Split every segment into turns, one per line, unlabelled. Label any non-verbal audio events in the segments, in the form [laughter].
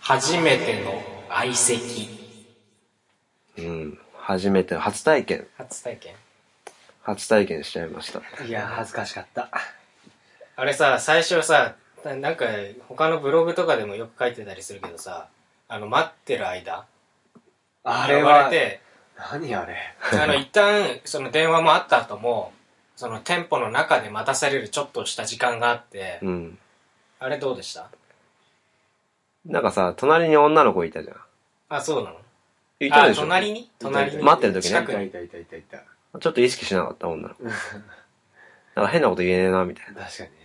初めての相席。
うん。初めて、初体験。
初体験
初体験しちゃいました。
いやー、恥ずかしかった。
あれさ、最初さ、ななんか、他のブログとかでもよく書いてたりするけどさ、あの、待ってる間、
あ
呼
れ
ば
は、
れて、
何あれ。
あの、一旦、その電話もあった後も、その店舗の中で待たされるちょっとした時間があって、
うん。
あれどうでした
なんかさ、隣に女の子いたじゃん。
あ、そうなの
いたで
あ、
しょ
隣に隣に。
待ってる時
近
ね
い
く
た
に。
いたいたいたいた。
ちょっと意識しなかった女の子。
うん
なんか変なこと言えねえな、みたいな。
確かにね。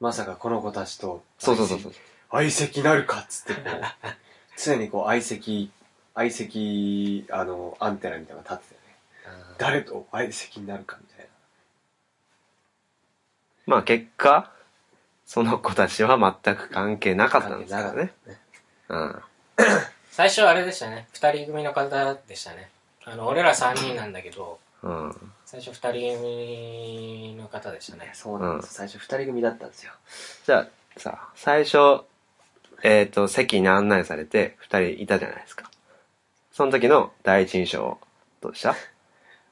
まさかこの子たちと、
そうそうそうそう。
相席なるかっつってこう、 [laughs] 常にこう相席、相席、あの、アンテナみたいなのが立ってたよね。誰と相席になるかみたい
まあ結果、その子たちは全く関係なかったんですからね。うん。
最初あれでしたね。二人組の方でしたね。あの、俺ら三人なんだけど、
うん。
最初二人組の方でしたね
な。。そうなんです。最初二人組だったんですよ。
じゃあさ、最初、えっ、と、席に案内されて、二人いたじゃないですか。その時の第一印象、どうでした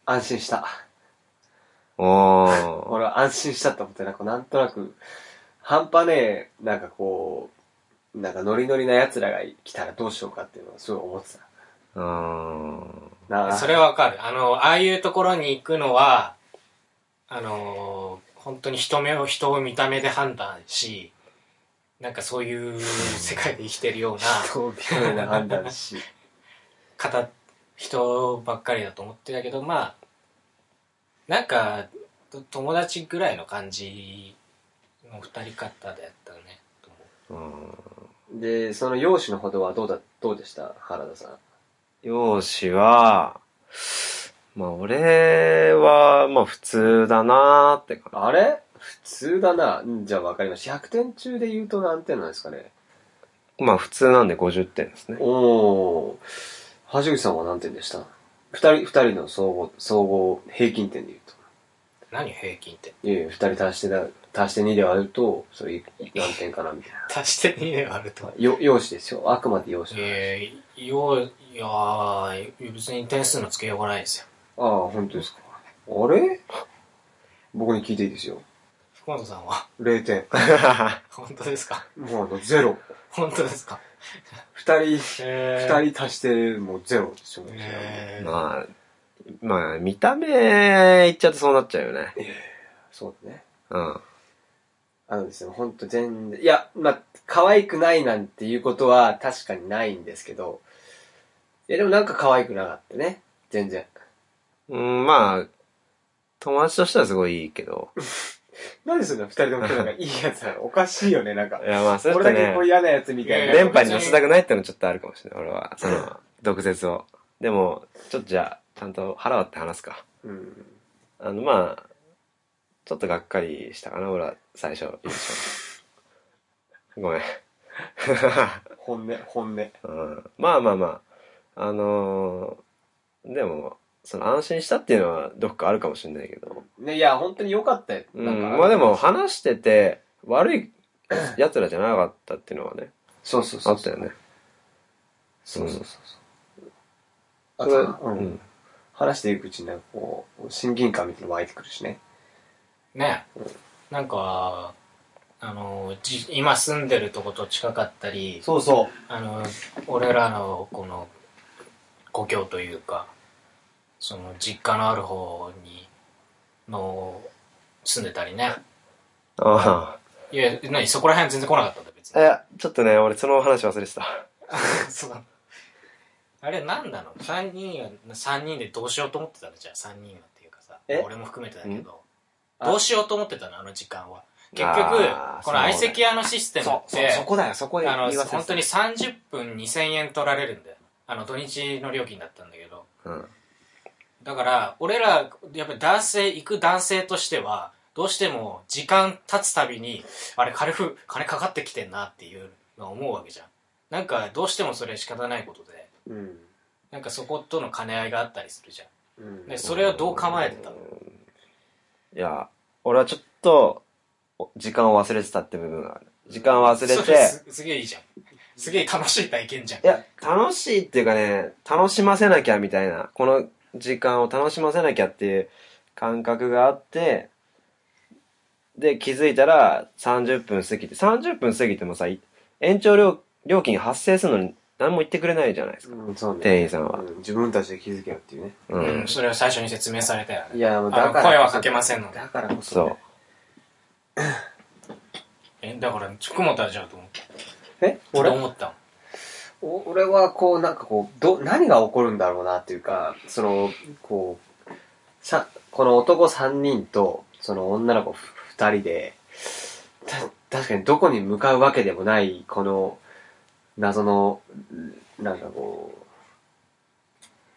安心した。
おー。
俺は安心したと思って、なんかなんとなく、半端ねえ、なんかこう、なんかノリノリな奴らが来たらどうしようかっていうのはすごい思ってた。
うーん。
なあ
それはわかる。あの、ああいうところに行くのは、あのー本当に人目を、人を見た目で判断し、なんかそういう世界で生きてるような
そう微妙な判断だし。
方、人ばっかりだと思ってたけど、まあ、なんか、と友達ぐらいの感じの二人方だったね。と思う
うーん
で、その容姿のほどはどうだ、どうでした原田さん。
容姿は、まあ俺は、まあ普通だなーって感
あれ普通だな。んじゃあわかりました。100点中で言うと何点なんですかね。
じ。まあ普通なんで50点ですね。
おー。橋口さんは何点でした二人、二人の総合、総合平均点で言うと。
何平均って。
いやいや、二人足してだ、足して2で割ると、それ何点かなみたいな。
足して2で割ると。
よ、容姿ですよ。あくまで容姿。
えー、よう、いやー別に点数のつけようがないですよ。
ああ、本当ですか。あれ僕に聞いていいですよ。
福本さんは [laughs]
0点。
本当ですか [laughs]
もうあの、ゼロ。
本当ですか
二人、
え
二人足してもうゼロですよね。
えー、
[laughs] まあ、まあ見た目言っちゃってそうなっちゃうよね。
そうだね。
うん。あ
あのですね、ほんと全然、いや、まあ、可愛くないなんていうことは確かにないんですけど、いやでもなんか可愛くなかったね。全然。
うん、まあ、友達としてはすごいいいけど。
なんでそんな二人ともなんかいいやつなのおかしいよね、なんか
い。や、まあ、それ
俺
と
だけ
ね
こ、う嫌なやつみたい
い
な。
やいや
電波に乗せたくないってのはちょっとあるかもしれない、俺は。その、毒舌を。でも、ちょっとじゃあ、ちゃんと腹割って話すか。
うん。
あの、まあ、ちょっとがっかりしたかな、俺は、最初、印象。ごめん。 [laughs]
本音、本音。
うん、まあまあまあ、あのーでも、その安心したっていうのはどっかあるかもしれないけど。
ね、いや、本当に良かったよ。
う
なん
ん、
か
まあでも話してて、悪い奴らじゃなかったっていうのはね、
そうそうそ
あ
う。
ったよね。
そうそうそう
う
そ
ん
う。あ
そ
と、う
うんん。
話していくうちになんかこう、親近感みたいなの湧いてくるしね。
ねなんか、あの、じ今住んでるとこと近かったり、
そうそ
あの、俺らのこの、故郷というか、その実家のある方に、の、住んでたりね。
あ
いや、何そこら辺全然来なかったんだ、別
あ。
に
い。や、ちょっとね、俺その話忘れてた。
そうなのあれ何なの3人は3人でどうしようと思ってたのじゃあ3人はっていうかさ
え
俺も含めてだけど
あ
どうしようと思ってたのあの時間は結局
あー
この相席屋のシステムって
こだよ、そこ
あの
た
本当に30分2000円取られるんだよあの土日の料金だったんだけど
うん。
だから俺らやっぱり男性行く男性としてはどうしても時間経つたびにあれ金ふ金かかってきてんなっていうのは思うわけじゃんなんかどうしてもそれ仕方ないことで
う。うん。
なんかそことの兼ね合いがあったりするじゃ
うん
ん。で、それをどう構えてたの
いや、俺はちょっと、お時間を忘れてたって部分がある。時間を忘れ
それ
て、
すすげえいいじゃん。すげえ楽しい体験じゃん
いや、楽しいっていうかね、楽しませなきゃみたいな、この時間を楽しませなきゃっていう感覚があって、で、気づいたら30分過ぎて、30分過ぎてもさ、い延長料料金発生するのに何も言ってくれないじゃないですか。
うん、そうね。
店員さんは
う自分たちで気づけよっていうね。
う
うんん、。それを最初に説明されたよね
いや、も
あの
うだから。
声はかけませんので
だからこそ。
そう。
えだから福本はじゃあと思った
え
俺
俺
思ったもん
お俺はこう、なんかこう、ど、何が起こるんだろうなっていうか、その、こう、さ、この男3人と、その女の子2人で、た、確かにどこに向かうわけでもない、この、謎の、んなんかこ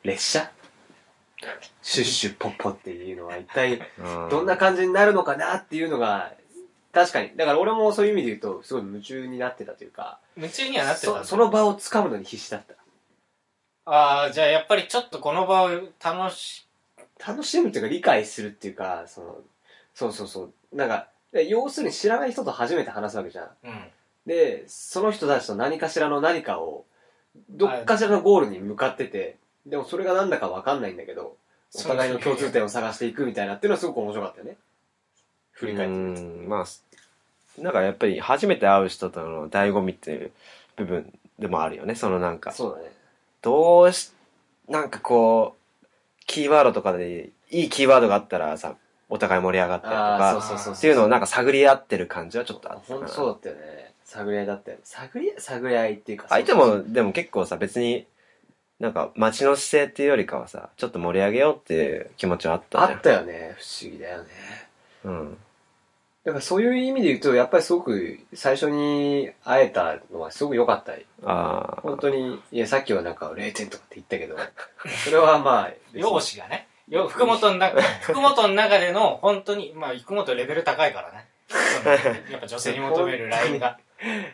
う、列車シュッシュポッポっていうのは一体、
う
どんな感じになるのかなっていうのが、確かに。だから俺もそういう意味で言うと、すごい夢中になってたというか、
夢中にはなってたんだ
そその場を掴むのに必死だった。
ああじゃあやっぱりちょっとこの場を楽し
楽しむっていうか、理解するっていうか、その、そうそうそう。なんか、要するに知らない人と初めて話すわけじゃん。
うん
で、その人たちと何かしらの何かを、どっかしらのゴールに向かってて、でもそれが何だかわかんないんだけど、お互いの共通点を探していくみたいなっていうのはすごく面白かったよね。振り返ってみると。
うんまあすなんかやっぱり初めて会う人との醍醐味っていう部分でもあるよねそのなんか
そうだね。
どうしなんかこうキーワードとかでいいキーワードがあったらさお互い盛り上がったりと
ああー、
か
そうそうそうそう。
っていうのをなんか探り合ってる感じはちょっとあ
あ
った
ほ
か
ん
な
とそうだったよね。探り合いだったよね。探り合い、探り合いっていうか。
相手もでも結構さ別になんか街の姿勢っていうよりかはさちょっと盛り上げようっていう気持ちはあった
あ
じゃ
ったよね。不思議だよね。
ん、うん、
だからそういう意味で言うと、やっぱりすごく最初に会えたのはすごく良かった。
あ
本当に、いや、さっきはなんか0点とかって言ったけど、
[laughs]
それはまあ、
容姿がねよ福本の中福本の中での本当にまあ福本レベル高いからねそのやっぱ女性に求めるラインが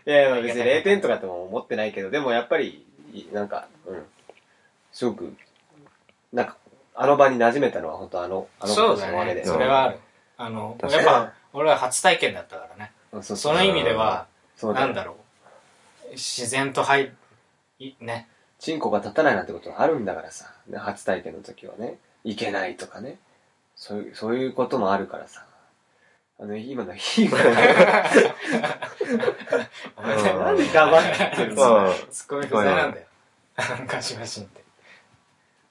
いや、まあ別に0点とかとも思ってないけど、でもやっぱり、なんか、うん。すごく、なんか、あの場に馴染めたのは本当あの、あの
そう
子た
だ
ちのおかげ
ね
で。
それはあるあの
確か
やっ
に
ぱ俺は初体験だったからね
うんそうそ
そうの意味では
そうだ
なん
ね。
だろう自然と入いね
チンコが立たないなんてことあるんだからさ、ね初体験の時はね、いけないとかね、そういう、そういうこともあるからさ。あの、今の、今
[laughs]
の、
お前ね
なんで黙って
ー
る
そ
の
う
まあ
すごい不在 [laughs] なんだよ。ガシガシって。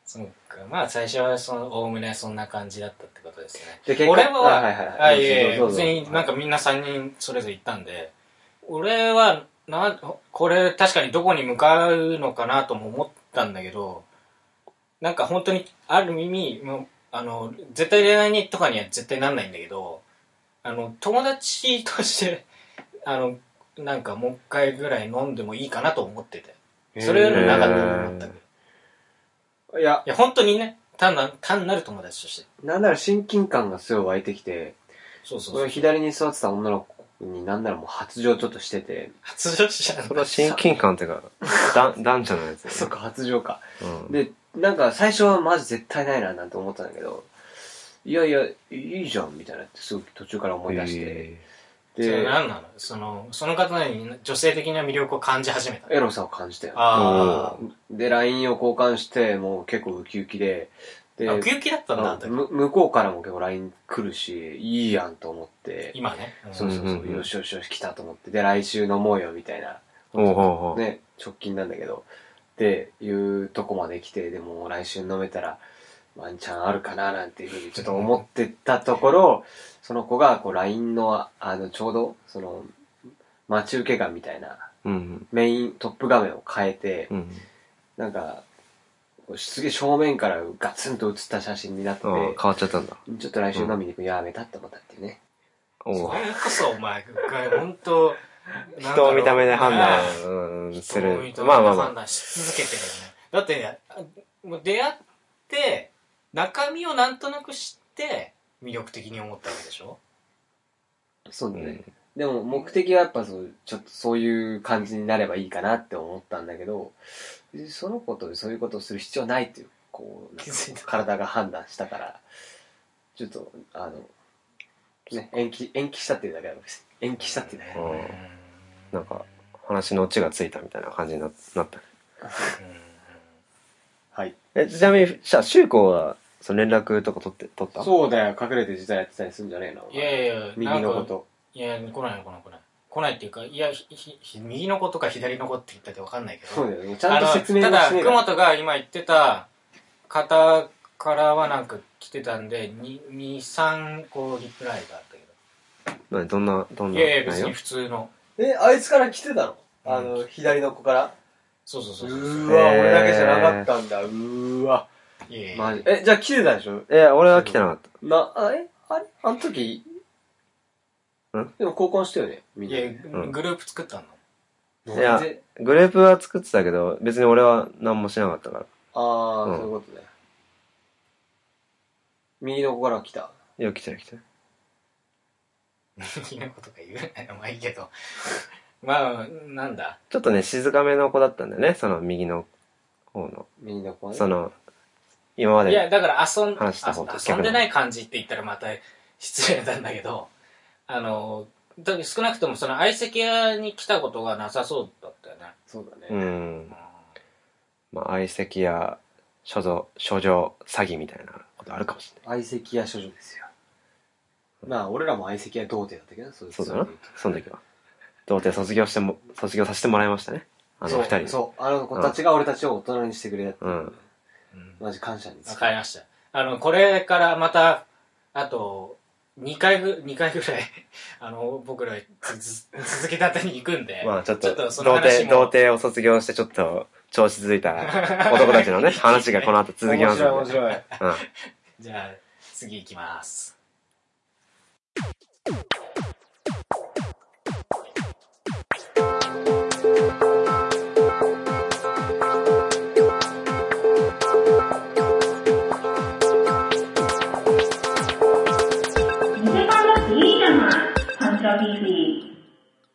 そうか。まあ最初はその、おおむねそんな感じだったってことですね。
で結果
俺は、
あはいはいはい
あいえいえ
どう
別
ぞ
になんかみんな3人それぞれ行ったんで、俺は、な、これ確かにどこに向かうのかなとも思ったんだけど、なんか本当にある意味、もうあの、絶対恋愛にとかには絶対なんないんだけど、あの、友達として、あの、なんかもう一回ぐらい飲んでもいいかなと思ってて。それよりもなかったと思ったけど。
いや、
いや、本当にね、単な単なる友達として。
なんなら親近感がすごい湧いてきて、
そうそうそ
俺
う。
左に座ってた女の子になんならもう発情ちょっとして
[laughs]
て、
発情者な
そ
ん
れ
だ。
は親近感っていう
[laughs]
かだ男女のやつ
そっ
よね
か発情か。
うん
で、なんか最初はマジ絶対ないななんて思ったんだけど、いやいや、いいじゃんみたいなってすごく途中から思い出して、
え
それ
で、
何なのその、その方に女性的な魅力を感じ始めた。
エロさを感じて、
あ
で、LINE を交換して、もう結構ウキウキで、
ー
で、
あ。奥行きだったんだ、あの時
む向こうからも結構 LINE 来るし、いいやんと思って、
今ね。うん
そうそうそ
う
う、
んうんうん
よしよしよし来たと思って、で、来週飲もうよみたいな、
おうおうおう
ね、直近なんだけど、っていうとこまで来て、でも来週飲めたら、ワンチャンあるかななんていうふうにちょっと思ってたところ、その子がこう LINE の、あの、ちょうど、その、待ち受け画みたいな、
うん
メイントップ画面を変えて、
うんうん
なんか、こうすげえ正面からガツンと写った写真になってて、
あー変わっちゃったんだ
ちょっと来週飲みに行くのやめたって思ったっていうね。
おう
それこそお前、本当なんだ
人
ろう
を見た目で判
ね
断うんす
人を
る
見た目
まあ
で
まあま
判断し続けてるよね。だってあ、もう出会って、中身をなんとなく知って、魅力的に思ったわけでしょ
そう
あ、
だ
う
ね。
ん
でも目的はやっぱそう、ちょっとそういう感じになればいいかなって思ったんだけど、そのことでそういうことをする必要ないっていう、こう、なん
気
か
づいた
体が判断したから、ちょっと、あの、ね、延期、延期したっていうだけだから、延期したっていうだけだ
う
から
んなんか話のオチがついたみたいな感じにななった。
はい。
え、ちなみに、じゃあ、修子は、その連絡とか取って、取った
そうだよ、隠れて時代やってたりするんじゃねえの
いやいやいや、
右のこ
なんか。
と。
いや、来ない来ない来ない。来ないっていうか、いや、ひひひ右の子とか左の子って言ったってわかんないけど。
そうだよね。ちゃんと説明
あ
も
のただ、
しねえ
福本が今言ってた方からはなんか来てたんで、2、2 3個リプライがあったけ
などんな、どん
ど。
ない
やいや、別
内
に
容
普通の。
え、あいつから来てたの
うん
あの、左の子から
そうそう
う
そうそう。
ーわ、
へー
俺だけじゃなかったんだ。うーわ。
いやいや
マジ。え、じゃあ来てたでしょ
え、俺は来てなかった。
な、あえあれあの時
ん
でも交換したよねみん
い
な
や
で。、
うん
グループ作ったの。 [laughs]
いや
なんで
グループは作ってたけど、別に俺は何もしなかったから。
あ
う
あ、
ん
そういうことね。右の子から来た。
いや、来てる来てる。
右の子とか言うなよ、まあいいけど。 [laughs] まあ、なんだ。
ちょっとね、静かめの子だったんだよね、その右の方の。
右の子はね
そ。の、今ま
いや、
で。
だから遊ん
話したこと
遊ん遊んでない感じって言ったらまた失礼なんだけど、あの、だって少なくともその相席屋に来たことがなさそうだったよね。
そうだ
う
ね。
ん。まあ、相席や、所蔵、所蔵、詐欺みたいなことあるかもしれない。
相席屋処女ですよ。まあ、俺らも相席屋童貞だったけどね、そうです
そうだな。その時は。童貞卒業しても、卒業させてもらいましたね。あの二人で。。
そう、あの子たちが俺たちを大人にしてくれたっていううん
うん
マジ感謝に
わ
尽き
かり
る。
ました。あの、これからまた、あと、2回ぐ、二回ぐらい、 [laughs] あの、僕らつづ続けたてに行くんで、
まあちょっと、童
その話
貞、
も
童貞を卒業してちょっと、調子づいた男たち
[laughs]
のね、話がこの後続きますんで。
面白い、面白い。
うん。
じゃあ、次行きます。
伊勢丹のいいじゃない、誕生日に。